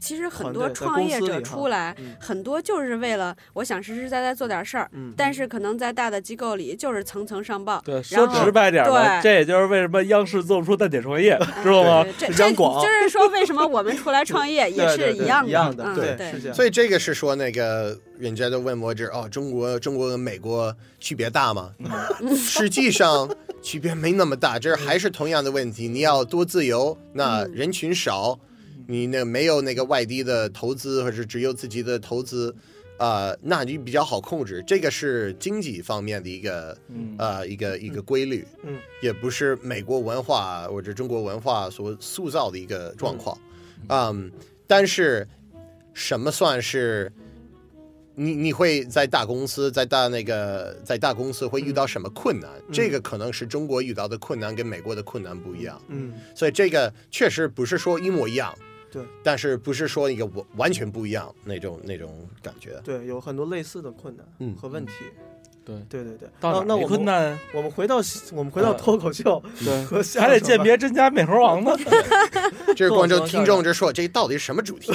S8: 其实很多
S1: 团队在
S8: 创业
S1: 公司
S8: 者
S1: 里哈
S8: 出来
S1: 嗯，
S8: 很多就是为了我想实实在在做点事儿，
S1: 嗯
S8: 但是可能在大的机构里就是层层上报。
S6: 对，说
S8: 然后
S6: 直白点儿吧，
S8: 对
S6: 这也就是为什么央视做不出蛋姐创业， 知道吗？
S8: 呃对这
S1: 是
S8: 这
S1: 张广啊
S8: 就是说为什么我们出来创业 也
S1: 嗯对
S8: 是
S1: 对
S8: 一
S1: 对
S8: 样
S1: 一样
S8: 的，嗯
S1: 对，
S8: 对
S1: 是这样，
S7: 所以这个是说那个人家都问我这哦，中国中国跟美国区别大吗？
S1: 嗯
S7: 实际上区别没那么大，这还是同样的问题。你要多自由，那
S1: 嗯
S7: 人群少，你那没有那个外地的投资，或者只有自己的投资。呃，那你比较好控制，这个是经济方面的一个
S6: 嗯
S7: 呃一个一个规律，
S1: 嗯，
S7: 也不是美国文化或者中国文化所塑造的一个嗯状况，嗯，但是什么算是你你会在大公司，在大那个在大公司会遇
S1: 嗯
S7: 到什么困难？这个可能是中国遇到的困难跟美国的困难不一样，
S1: 嗯，
S7: 所以这个确实不是说一模一样，
S1: 对，
S7: 但是不是说一个完完全不一样那种那种感觉。
S1: 对，有很多类似的困难
S7: 嗯
S1: 和问题。
S6: 对
S1: 对对对，
S6: 到
S1: 那那我
S6: 困
S1: 们
S6: 难，
S1: 我们回到我们回到
S6: 呃
S1: 脱口秀
S6: 对，
S1: 和相
S6: 还得
S1: 声
S6: 鉴
S1: 吧
S6: 别真假美猴王呢。
S7: 这是
S1: 做
S7: 观众
S1: 做
S7: 听众就说这到底是什么主题？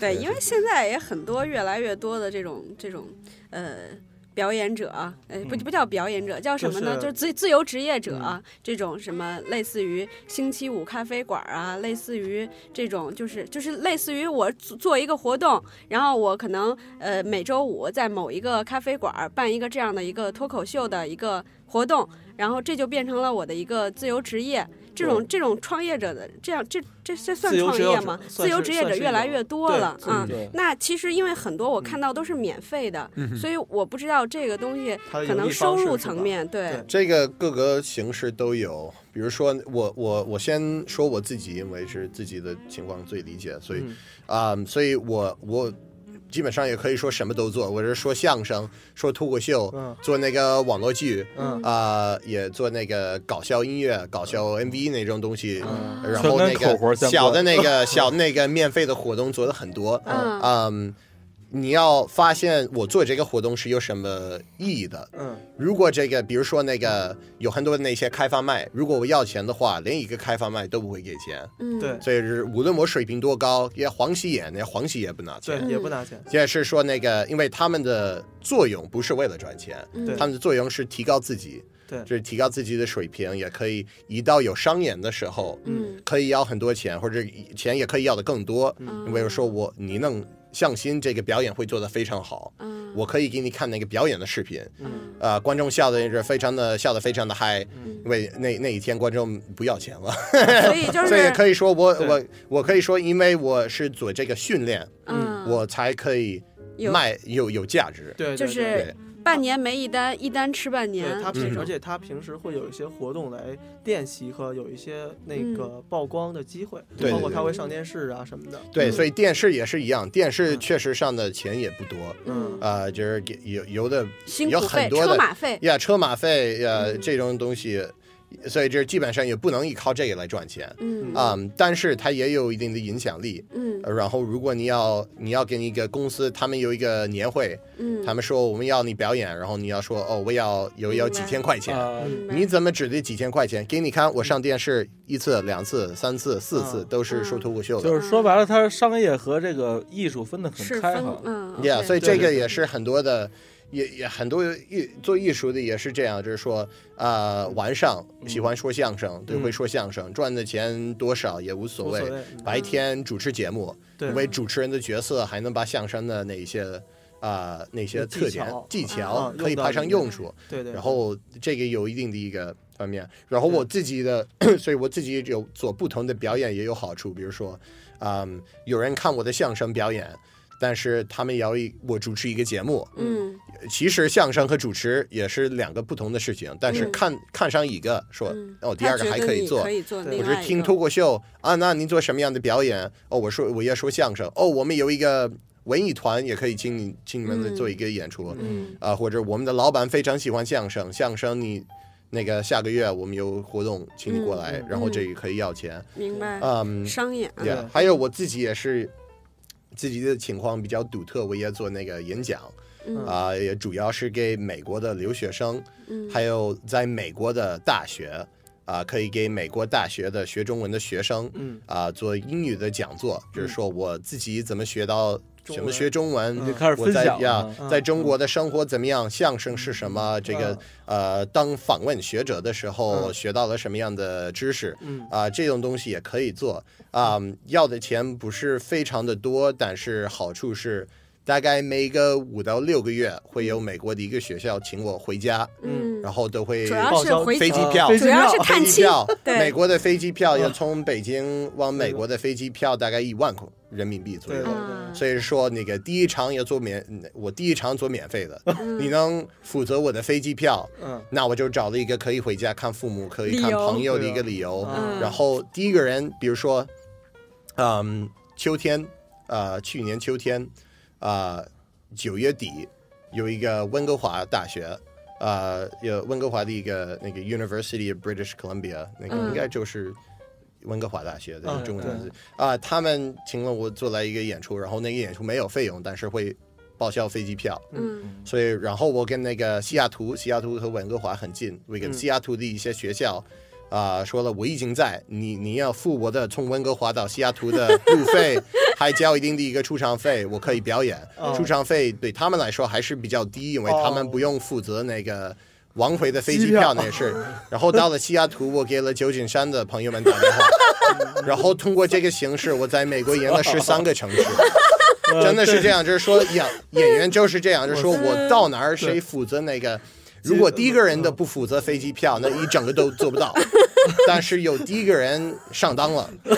S8: 对，因为现在也很多越来越多的这种这种呃表演者啊，呃不
S6: 嗯
S8: 不叫表演者，叫什么呢？
S1: 就是嗯
S8: 就是自自由职业者啊，这种什么类似于星期五咖啡馆啊，类似于这种就是就是类似于我做做一个活动，然后我可能呃每周五在某一个咖啡馆办一个这样的一个脱口秀的一个活动，然后这就变成了我的一个自由职业。这种这种创业者的这样这这这算
S1: 自由
S8: 创
S1: 职业
S8: 业
S1: 者
S8: 吗？
S1: 算
S8: 自由
S1: 是
S8: 职业
S1: 算
S8: 者
S1: 是一
S8: 越来
S1: 种
S8: 越多
S1: 对
S8: 了
S1: 自由
S8: 啊
S1: 职。
S6: 对，
S8: 那其实因为很多我看到都是免费的，所以我不知道这个东西
S1: 嗯它的
S8: 可
S1: 盈
S8: 能
S1: 利
S8: 收
S1: 方式
S8: 入
S1: 是
S8: 层
S1: 吧
S8: 面对
S1: 对
S7: 这个各个形式都有，比如说我我我先说我自己，因为是自己的情况最理解，所以
S1: 嗯
S7: 啊、所以我我基本上也可以说什么都做，我是说相声，说脱口秀，
S1: 嗯
S7: 做那个网络剧，
S1: 嗯
S7: 啊、也做那个搞笑音乐、搞笑 MV 那种东
S8: 嗯
S7: 西，
S1: 嗯
S7: 然
S6: 全
S7: 后
S6: 跟
S7: 那
S6: 口活
S7: 个
S6: 相关
S7: 小的那 个小的那个免费的活动做的很多，
S8: 嗯
S7: 嗯，你要发现我做这个活动是有什么意义的，
S1: 嗯
S7: 如果这个，比如说那个有很多那些开放麦，如果我要钱的话，连一个开放麦都不会给钱。
S8: 嗯
S1: 对
S7: 所以是无论我水平多高，也黄喜演，那黄喜也不拿
S1: 对
S7: 钱。
S1: 也不拿钱，
S7: 也是说那个，因为他们的作用不是为了赚钱，
S8: 嗯
S1: 对
S7: 他们的作用是提高自己，
S1: 对
S7: 就是提高自己的水平，也可以一到有商演的时候，
S8: 嗯
S7: 可以要很多钱，或者钱也可以要的更多。
S8: 嗯
S7: 因为说我你能相信这个表演会做得非常好，
S8: 嗯
S7: 我可以给你看那个表演的视频，
S1: 嗯
S7: 呃，观众笑的也是非常的笑得非常的嗨，
S8: 嗯
S7: 因为那那一天观众不要钱了，
S8: 所以就
S7: 所以
S8: 是
S7: 可以说我
S1: 对
S7: 我我可以说，因为我是做这个训练，
S8: 嗯
S7: 我才可以
S8: 有
S7: 卖有有价值。
S1: 对，
S8: 就
S1: 对
S8: 是
S7: 对
S8: 半年没一单，一单吃半年
S1: 对他
S8: 这
S7: 嗯
S1: 平，
S8: 种
S1: 而且他平时会有一些活动来练习和有一些那
S8: 嗯
S1: 个曝光的机会，
S7: 对
S1: 包
S7: 对
S1: 括
S7: 对
S1: 他会上电视啊什么的。
S7: 对，
S8: 嗯
S7: 所以电视也是一样，电视
S1: 嗯
S7: 确实上的钱也不多，
S1: 嗯
S7: 呃，就是给有有的
S8: 辛
S7: 有
S8: 苦
S7: 很
S8: 费、
S7: 多的
S8: 车马费，
S7: 呀车马费呀、呃这种东西，所以这基本上也不能依靠这个来赚钱。
S8: 嗯
S7: 啊、但是它也有一定的影响力。
S8: 嗯
S7: 呃然后，如果你要你要给你一个公司，他们有一个年会，
S8: 嗯，
S7: 他们说我们要你表演，然后你要说哦，我要有
S8: 明白
S7: 要几千块
S1: 哦
S7: 钱，
S6: 啊，
S8: 明白
S7: 你怎么指这几千块钱？给你看，我上电视一次、两次、三次、四次
S1: 嗯
S7: 都是说脱口秀的。
S6: 就是说白了，它是商业和这个艺术分得
S8: 是
S6: 很开
S8: 分
S6: 哈。
S8: 嗯
S7: Yeah，
S8: OK
S7: 所以这
S1: 对
S7: 个也是很多的，也也很多艺做艺术的也是这样，就是说，呃，晚上喜欢说相声，对，
S1: 嗯
S7: 会说相声，赚的钱多少也无所
S1: 无所
S7: 谓。
S1: 谓，嗯
S7: 白天主持节目，
S1: 对
S7: 因为主持人的角色还能把相声的那一些啊、呃那些
S1: 技
S7: 特点
S1: 巧
S7: 技巧
S1: 啊
S7: 可以
S1: 用到
S7: 派上
S1: 里面
S7: 用处，
S1: 对对，
S7: 然后这个有一定的一个方面，然后我自己的， 所以我自己有做不同的表演也有好处，比如说，嗯，有人看我的相声表演。但是他们也要一我主持一个节目，
S8: 嗯
S7: 其实相声和主持也是两个不同的事情，但是
S8: 嗯
S7: 看、看上一个说
S8: 嗯，
S7: 哦，第二个
S8: 他
S7: 还
S8: 觉得
S7: 可以
S8: 你
S7: 做，
S8: 可以做
S1: 对
S8: 另
S7: 我
S8: 外
S7: 是
S8: 一
S7: 听
S8: 个
S7: 脱口秀啊，那您做什么样的表演？哦，我说我要说相声。哦，我们有一个文艺团，也可以请你请你们来
S8: 嗯
S7: 做一个演出啊、
S8: 嗯
S7: 或者我们的老板非常喜欢相声，相声你那个下个月我们有活动，请你过来，
S1: 嗯
S7: 然后这个可以要钱。
S8: 明白
S7: 嗯，
S8: 商演啊
S7: 对、
S1: 对
S7: 还有我自己也是。自己的情况比较独特，我也做那个演讲
S8: 嗯
S7: 啊、也主要是给美国的留学生，
S8: 嗯
S7: 还有在美国的大学啊、可以给美国大学的学中文的学生
S1: 嗯
S7: 啊、做英语的讲座，就是说我自己怎么学到
S1: 中
S7: 怎么
S1: 文
S7: 学中文，
S1: 嗯
S6: 就开始
S7: 我
S6: 分
S7: 在
S6: 享啊
S7: 呀
S6: 了，
S1: 嗯
S7: 在中国的生活怎么样，相声是什么，这
S8: 嗯
S7: 个呃，当访问学者的时候
S1: 嗯
S7: 学到了什么样的知识。
S1: 嗯
S7: 啊、这种东西也可以做啊、要的钱不是非常的多，但是好处是，大概每个五到六个月会有美国的一个学校请我回家，
S8: 嗯
S7: 然后都会
S8: 主要
S1: 报
S8: 是
S1: 销
S8: 回
S7: 飞机
S1: 呃
S7: 票
S1: 飞
S8: 主
S1: 机
S8: 要是
S1: 票
S8: 探
S7: 飞机
S8: 亲
S7: 票，
S8: 对嗯
S7: 美国的飞机票要从北京往美国的飞机票大概一万块人民币左右
S1: 对。
S8: 啊
S7: 所以说，那个第一场要做免，嗯我第一场做免费的。
S8: 嗯
S7: 你能负责我的飞机票，
S1: 嗯
S7: 那我就找了一个可以回家看父母、可以看
S8: 理由
S7: 朋友的一个理
S8: 啊
S7: 由。
S1: 嗯
S7: 然后第一个人，比如说，嗯，秋天，呃，去年秋天，啊、九月底有一个温哥华大学，呃，有温哥华的一个那个 University of British Columbia，那个
S8: 嗯
S7: 应该就是温哥华大学的
S1: 嗯
S7: 中文
S1: 对
S7: 名字啊、他们请了我做来一个演出，然后那个演出没有费用，但是会报销飞机票。
S8: 嗯
S7: 所以然后我跟那个西雅图，西雅图和温哥华很近，我跟
S1: 嗯
S7: 西雅图的一些学校。啊、说了我已经在，你你要付我的从温哥华到西雅图的路费， 还交一定的一个出场费，我可以表演。
S1: 哦
S7: 出场费对他们来说还是比较低，因为他们不用负责那个往回的飞机票那事。然后到了西雅图，我给了旧金山的朋友们打电话，然后通过这个形式，我在美国赢了十三个城市。 真的是这样，就是 说演演员就是这样，就是说呃我到哪儿谁负责那个。如果第一个人的不负责飞机票，那一整个都做不 到。但是有第一个人上当了，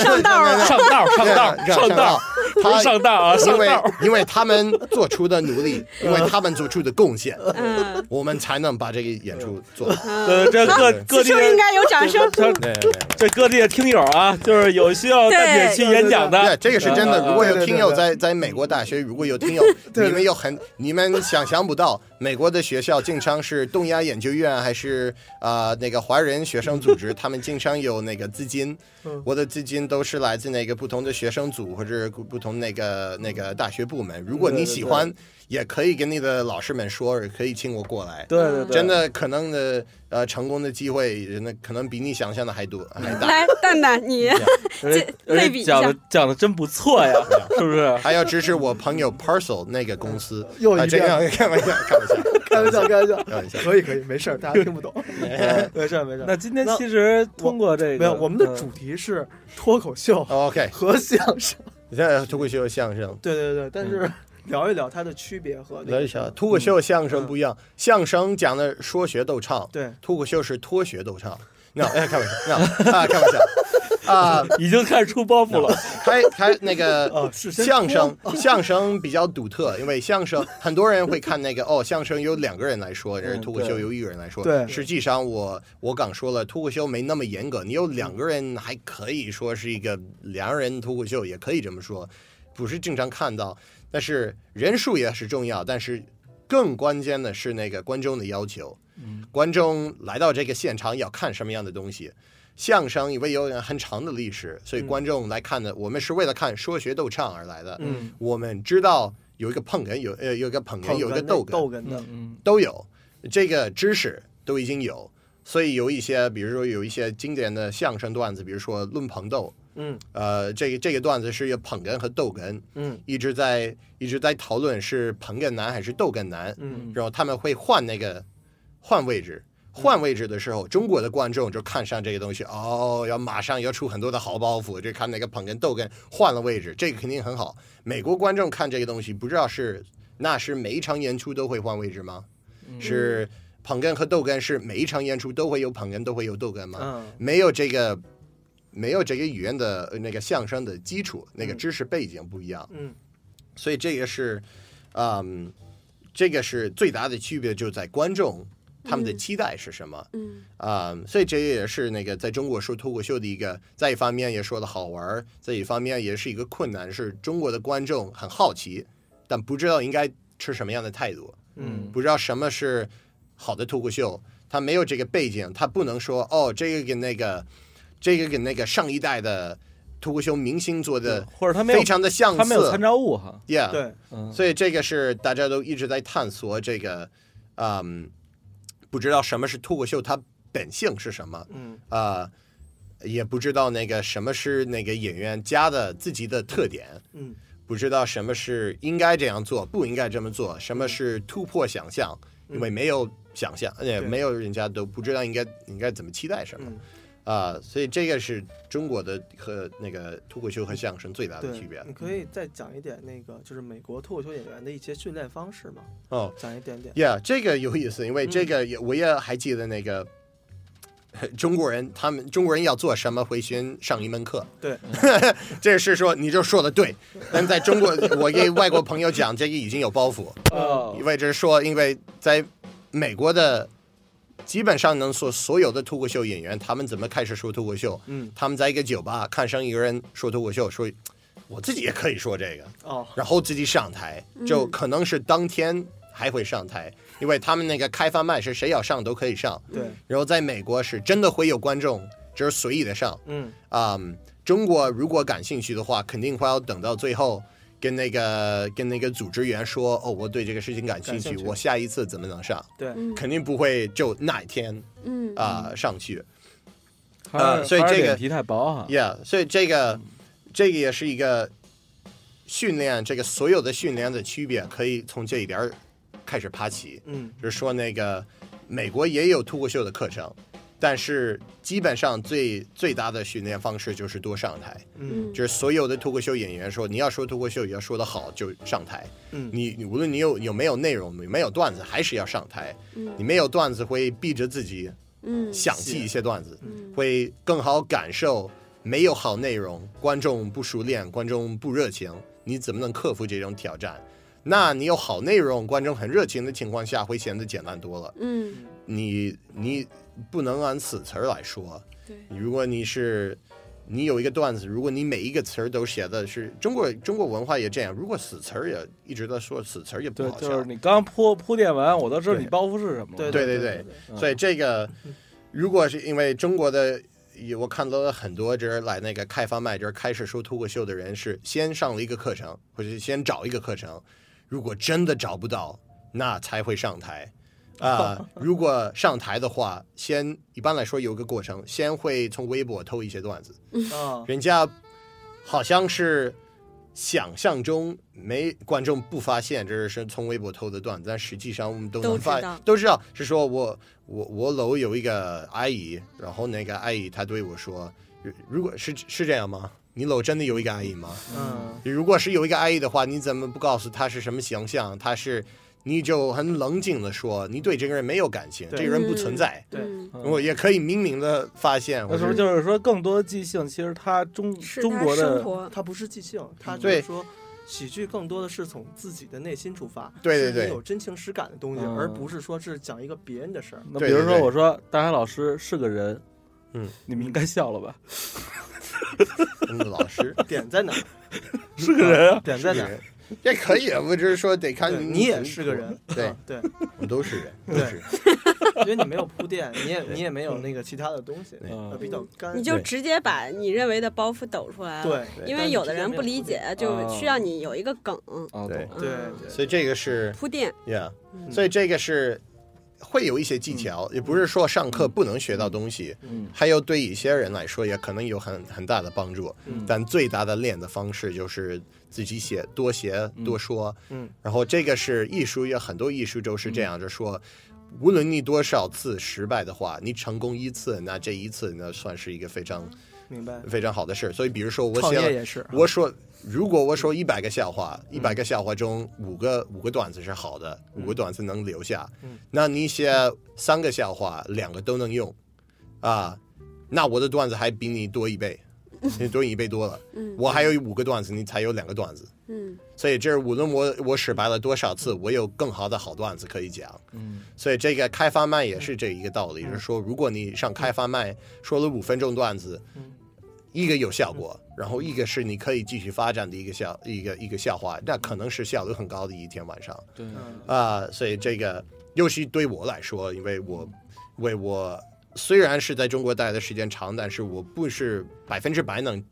S7: 上当啊了，
S6: 上道上道
S7: 上
S6: 上道，不
S7: 他
S6: 是上道啊，
S7: 因
S6: 上
S7: 为
S6: 道。
S7: 因为他们做出的努力，因为他们做出的贡献，
S8: 嗯，
S7: 我们才能把这个演出做好。
S6: 呃，这各各地
S8: 就
S6: 的
S8: 应该有掌 声。
S6: 这
S7: 对对对
S6: 这各地的听友啊，就是有需要
S9: 对
S6: 站点去演讲
S7: 对，
S6: 的，
S7: 这个是真的。
S6: 呃
S7: 如果有
S1: 啊对
S7: 听
S1: 对
S7: 友
S1: 对
S7: 在在美国大学，如果有听友，
S1: 对
S7: 你们有很你们想象不到，美国的学校经常是东亚研究院还是啊那个华人学生组织，他们经常有那个资金
S1: 嗯。
S7: 我的资金都是来自那个不同的学生组或者不同那个那个大学部门。如果
S1: 嗯对对
S7: 你喜
S1: 对
S7: 欢，也可以跟你的老师们说，也可以请我过来。
S6: 对对对，
S7: 真的可能的呃成功的机会，那可能比你想象的还多还大。
S8: 来，蛋蛋，你
S6: 而且
S8: 这
S6: 而
S8: 类
S6: 且
S8: 比一下
S6: 讲的讲的真不 错呀，是不是？
S7: 还要支持我朋友 Parcel 那个公司，
S1: 又一
S7: 啊，这
S1: 遍
S7: 样 开玩笑，开玩笑，
S1: 开玩笑，开玩笑，
S7: 开玩笑。
S1: 可以可以，没事儿，大家听不懂， 没事儿没事儿。
S6: 那今天
S1: 那
S6: 其实通过这个，
S1: 没有，我们的
S6: 嗯
S1: 主题是脱口秀
S7: 哦 OK，
S1: 和相声。嗯
S7: 现在脱口秀相声，
S1: 对对对，但是 聊一聊它的区别和那
S7: 来一
S1: 个嗯
S7: 下，脱口秀相声不一样，相声讲的说学逗唱，
S1: 对
S7: 脱口秀是脱学逗 唱。那、哎，开玩笑，那、啊，开玩笑，啊，
S6: 嗯已经开始出包袱 了，
S7: 还还那个
S1: 哦是先
S7: 相声，相声比较独特，因为相声很多人会看那个哦，相声有两个人来说，然后脱口秀
S6: 对
S7: 由一个人来
S1: 嗯
S7: 说。
S1: 对
S7: 实际上我我刚说了，脱口秀没那么严格，你有两个人还可以说是一个两人脱口秀，也可以这么说，不是经常看到。但是人数也是重要，但是更关键的是那个观众的要求。观众来到这个现场要看什么样的东西。相声因为有很长的历史，所以观众来看的，我们是为了看说学逗唱而来的。
S1: 嗯，
S7: 我们知道有一个捧哏，有呃有一个捧哏，有一个
S1: 逗
S7: 逗哏，
S1: 逗哏的，
S6: 嗯，
S7: 都有这个知识都已经有，所以有一些，比如说有一些经典的相声段子，比如说《论捧逗》，
S1: 嗯
S7: 呃，这个这个段子是有捧哏和逗哏
S1: 嗯
S7: 一直在一直在讨论是捧哏难还是逗哏难，
S1: 嗯
S7: 然后他们会换那个换位置。换位置的时候，中国的观众就看上这个东西，哦，要马上要出很多的好包袱，就看那个捧哏逗哏换了位置，这个肯定很好。美国观众看这个东西，不知道是那是每一场演出都会换位置吗？
S1: 嗯
S7: 是捧哏和逗哏是每一场演出都会有捧哏，都会有逗哏吗？
S1: 嗯
S7: 没有这个，没有这个语言的呃那个相声的基础，那个
S1: 嗯
S7: 知识背景不一样，
S1: 嗯
S7: 所以这个是，嗯，这个是最大的区别，就在观众他们的
S8: 嗯
S7: 期待是什么。
S8: 嗯
S7: 啊、所以这也是那个在中国说脱口秀的一个，在一方面也说的好玩儿，在一方面也是一个困难，是中国的观众很好奇，但不知道应该持什么样的态度，
S1: 嗯
S7: 不知道什么是好的脱口秀，他没有这个背景，他不能说哦，这个跟那个，这个跟那个上一代的脱口秀明星做的
S6: 或者他没有
S7: 非常的相似，
S6: 他没有参照物哈，
S7: yeah,，
S1: 对，
S6: 嗯，
S7: 所以这个是大家都一直在探索这个，嗯，不知道什么是脱口秀，它本性是什么，
S1: 嗯
S7: 啊、也不知道那个什么是那个演员家的自己的特点，
S1: 嗯
S7: 不知道什么是应该这样做，不应该这么做，什么是突破想象，因为没有想象，
S1: 对
S7: 也没有人家都不知道应该应该怎么期待什么
S1: 嗯，
S7: 啊、所以这个是中国的和那个脱口秀和相声最大的
S1: 对
S7: 区别，啊嗯
S1: 你可以再讲一点那个就是美国脱口秀演员的一些训练方式嘛，
S7: 哦。
S1: 讲一点点。
S7: Yeah，这个有意思，因为
S1: 嗯
S7: 这个也我也还记得那个。中国人，他们中国人要做什么，回先上一门课。
S1: 对，
S7: 这是说你就说的对，但在中国，我给外国朋友讲，这个已经有包袱，
S6: 哦
S7: 因为这是说，因为在美国的基本上能说所有的脱口秀演员，他们怎么开始说脱口秀？
S1: 嗯
S7: 他们在一个酒吧看上一个人说脱口秀，说我自己也可以说这个，
S1: 哦，
S7: 然后自己上台，就可能是当天还会上台，因为他们那个开放麦是谁要上都可以上。
S1: 对，
S7: 然后在美国是真的会有观众，就是随意的上。
S1: 嗯，
S7: 啊、中国如果感兴趣的话，肯定会要等到最后跟那个跟那个组织员说，哦，我对这个事情感兴趣，
S1: 感兴趣
S7: 我下一次怎么能上？
S1: 对，
S8: 嗯
S7: 肯定不会就那一天
S8: 嗯
S7: 啊、上去。
S6: 还是
S7: 呃所以
S6: 还是
S7: 这个
S6: 脸皮太薄哈。
S7: Yeah，所以这个这个也是一个训练，这个所有的训练的区别可以从这一点儿开始爬起。
S1: 嗯，
S7: 就是说那个美国也有脱口秀的课程，但是基本上最最大的训练方式就是多上台。
S1: 嗯，
S7: 就是所有的脱口秀演员说，你要说脱口秀也要说得好，就上台。
S1: 嗯
S7: 你你无论你有有没有内容，你没有段子，还是要上台。
S8: 嗯
S7: 你没有段子会逼着自己
S8: 嗯
S7: 想起一些段子，
S8: 嗯
S7: 会更好感受没有好内容，观众不熟练，观众不热情，你怎么能克服这种挑战？那你有好内容，观众很热情的情况下，会显得简单多了。
S8: 嗯
S7: 你你不能按死词儿来说。
S8: 对
S7: 如果你是你有一个段子，如果你每一个词儿都写的是中国中国文化也这样，如果死词儿也一直在说死词儿也不
S6: 对，
S7: 好笑。
S6: 就是你刚铺铺垫完，我都知道你
S7: 对
S6: 包袱是什么了。
S1: 对
S7: 对
S1: 对
S7: 对
S1: 对
S6: 嗯
S7: 所以这个，如果是因为中国的，有我看到了很多就是来那个开放麦，就是开始说脱口秀的人是先上了一个课程，或者是先找一个课程，如果真的找不到，那才会上台。啊、如果上台的话，先一般来说有个过程，先会从微博偷一些段子，
S8: 嗯
S1: 啊，
S7: 人家好像是想象中没观众不发现这是从微博偷的段子，但实际上我们都能
S8: 都知
S7: 发
S8: 道
S7: 都知道，是说我我我楼有一个阿姨，然后那个阿姨她对我说，如如果是是这样吗？你楼真的有一个阿姨吗？
S1: 嗯，
S7: 如果是有一个阿姨的话，你怎么不告诉她是什么形象？她是你就很冷静的说，你对这个人没有感情，
S1: 对
S7: 这个人不存在。
S1: 对
S8: 嗯
S6: 嗯
S7: 我也可以明明的发现，
S6: 那
S7: 我
S6: 是不是就是说，更多的即兴其实它中
S8: 是
S6: 中
S8: 他
S6: 国
S8: 生
S6: 的
S8: 活
S1: 它不是即兴，它就
S7: 嗯对
S1: 是说，喜剧更多的是从自己的内心出发，
S7: 对对
S1: 是你
S7: 对
S1: 有真情实感的东西，
S6: 嗯
S1: 而不是说是讲一个别人的事儿。
S6: 那比
S7: 对
S6: 如
S7: 对
S6: 说，
S7: 对
S6: 我说大海老师是个人，
S7: 嗯，
S6: 你们应该笑了吧？
S7: 嗯老师。
S1: 点在哪儿？
S6: 是个人啊，
S1: 点在哪
S7: 是
S1: 儿？
S7: 也可以，啊我只是说得看
S1: 对
S7: 你
S1: 你也是个人，
S7: 对
S1: 嗯对，
S7: 我们都是人，
S1: 对
S7: 都是人
S1: 因为你没有铺垫，你也你也没有那个其他的东西，
S7: 对
S1: 呃
S6: 嗯
S1: 比较干
S8: 你。就
S7: 对
S8: 直接把你认为的包袱抖出来了。，
S1: 对，
S8: 因
S1: 但
S8: 为
S1: 是
S8: 有
S1: 之
S8: 的
S1: 前
S8: 人
S1: 没
S8: 不
S1: 铺
S8: 理
S1: 垫，
S8: 解，就
S6: 啊
S8: 需要你有一个梗
S6: 啊，
S7: 对
S6: 懂了
S1: 对
S8: 嗯
S1: 对
S7: 所以这个是
S8: 铺垫。
S7: ，yeah，
S8: 嗯
S7: 所以这个是会有一些技巧，
S1: 嗯
S7: 也不是说上课不能学到东西，
S6: 嗯
S7: 还有对一些人来说也可能有很很大的帮助，
S1: 嗯
S7: 但最大的练的方式就是自己写，多写多说，
S1: 嗯，
S7: 然后这个是艺术，有很多艺术都是这样，就说。无论你多少次失败的话，你成功一次，那这一次那算是一个非常
S1: 明白。
S7: 非常好的事儿。所以，比如说我
S1: 创
S7: 写了
S1: 业也是，
S7: 我说，如果我说一百个笑话，一百个笑话中五个五个段子是好的，五个段子能留下，
S1: 嗯
S7: 那你写三个笑话，两个都能用，啊，那我的段子还比你多一倍，你多你一倍多了。
S8: 嗯
S7: 我还有五个段子，你才有两个段子，
S8: 嗯
S7: 所以这是无论我我失败了多少次，我有更好的好段子可以讲。
S6: 嗯，
S7: 所以这个开发麦也是这一个道理，就是说，如果你上开发麦说了五分钟段子，一个有效果，然后一个是你可以继续发展的一个笑一个一个笑话，那可能是效率很高的一天晚上
S6: 对，
S1: 嗯
S7: 啊、所以这个，尤其对我来说，因为我为我虽然是在中国待的时间长，但是我不是百分之百能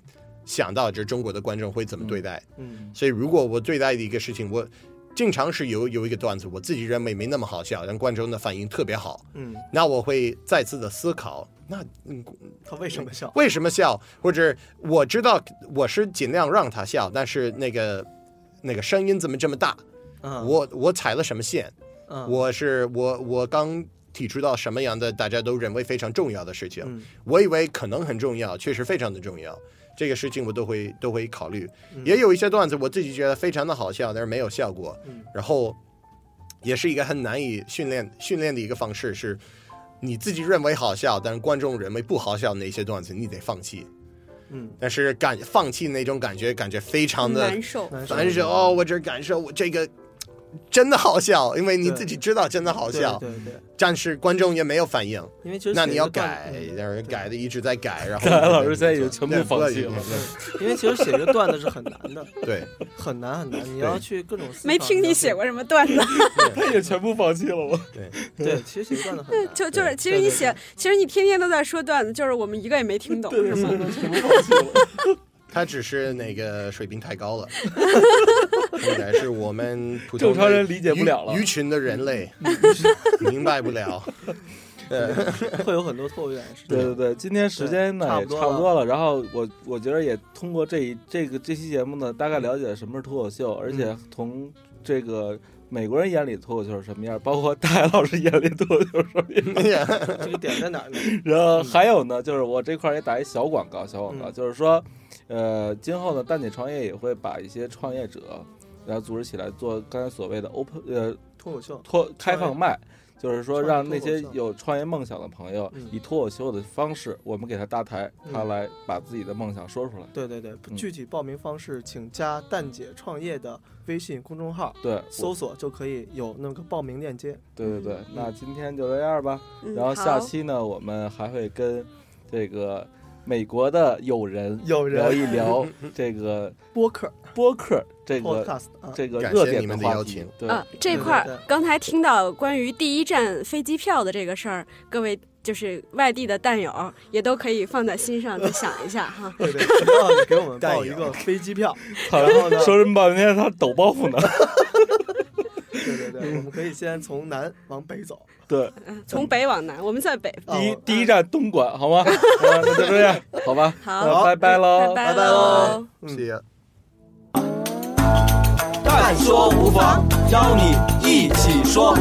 S7: 想到这中国的观众会怎么对待。
S1: 嗯
S7: 所以如果我对待的一个事情，我经常是有有一个段子，我自己认为没那么好笑，但观众的反应特别好，
S1: 嗯，
S7: 那我会再次的思考，那嗯
S1: 他为什么笑？
S7: 为什么笑，或者我知道我是尽量让他笑，但是那个那个声音怎么这么大？
S1: 嗯，
S7: 我我踩了什么线？
S1: 嗯
S7: 我是我我刚。提出到什么样的大家都认为非常重要的事情，
S1: 嗯
S7: 我以为可能很重要，确实非常的重要。这个事情我都会都会考虑，
S1: 嗯
S7: 也有一些段子我自己觉得非常的好笑，但是没有效果。
S1: 嗯
S7: 然后也是一个很难以训练训练的一个方式，是你自己认为好笑，但是观众认为不好笑的那些段子，你得放弃。
S1: 嗯
S7: 但是感放弃那种感觉，感觉非常的
S8: 难受。
S1: 难受
S7: 哦难受。哦，我这感受，我这个真的好笑，因为你
S1: 对
S7: 自己知道真的好
S1: 对
S7: 笑，
S1: 对对，
S7: 但是观众也没有反应，
S1: 因为其实
S7: 那你要
S1: 写一个
S7: 改
S1: 段，嗯
S7: 让人改的一直在改，然后
S6: 大家老师现在已经全部
S7: 对
S6: 放弃了，
S1: 因为其实写一个段子是很难的，
S7: 对，
S1: 很难很难，你要去各种思考
S9: 没听你写。过什么段子，
S6: 他也全部放弃了 我。
S1: 你要去对，其实写一个段子 很难。
S9: 就就是，其实
S1: 对
S9: 你
S1: 对
S9: 写，其实你天天都在说段子，就是我们一个也没听懂，是 吗？
S7: 他只是那个水平太高了，应该是我们普通
S6: 正
S7: 的
S6: 常人理解不了了嗯
S7: 愚愚蠢的人类明白不 了。呃
S1: 会有很多错误感是这
S6: 对
S1: 样
S6: 对对，今天时间呢
S1: 对差
S6: 也
S1: 不多
S6: 差不多了，然后我我觉得也通过这一这个这期节目呢，大
S7: 嗯
S6: 概了解了什么是脱口秀，而且从这个美国人眼里脱口秀是什么样，包括大海老师眼里脱口秀是什么样。
S7: 哎
S1: 这个点在哪儿呢？
S6: 然后还有呢，就是我这块儿也打一小广告，小广告、
S1: 嗯
S6: 就是说，呃，今后呢，蛋姐创业也会把一些创业者，然后组织起来做刚才所谓的 open 呃
S1: 脱口秀，
S6: 脱开放麦，就是说
S1: 创业
S6: 让那些
S1: 脱口秀
S6: 有创业梦想的朋友
S1: 嗯
S6: 以脱口秀的方式，我们给他搭台，
S1: 嗯
S6: 他来把自己的梦想说出来。
S1: 对对对
S6: 嗯，
S1: 具体报名方式请加“蛋姐创业”的微信公众号，
S6: 对，
S1: 搜嗯
S6: 我
S1: 索就可以有那个报名链接。
S6: 对对对，那今天就这样吧。
S9: 嗯
S6: 然后下
S9: 好
S6: 期呢，我们还会跟这个美国的友人
S1: 有
S6: 聊一 聊这个
S1: 播客
S6: 播客这个
S1: podcast 啊，
S6: 这个
S7: 感
S6: 热
S7: 谢
S6: 点
S7: 你们的
S6: 话
S7: 邀
S6: 题
S7: 请
S6: 对，
S8: 啊，这块
S1: 对
S8: 儿
S1: 对对。
S8: 刚才听到关于第一站飞机票的这个事儿，各位就是外地的蛋友也都可以放在心上再想一下哈
S1: 对对，只要给我们
S7: 带
S1: 报
S7: 一
S1: 一
S7: 个
S1: 个飞机票，
S6: 然后呢， 说这么半天他抖包 袱呢。
S1: 对对
S6: 嗯
S1: 对，我们可以先从南往北走。
S6: 对，
S9: 从北往南，我们在北，
S1: 啊
S6: 第一
S1: 我
S6: 第一站东莞，好 吗？啊那就这样，好吧，
S9: 好
S6: 那拜拜喽，
S9: 拜
S1: 拜
S9: 喽
S1: 喽。
S7: 谢谢。
S5: 但说无妨，邀你一起说。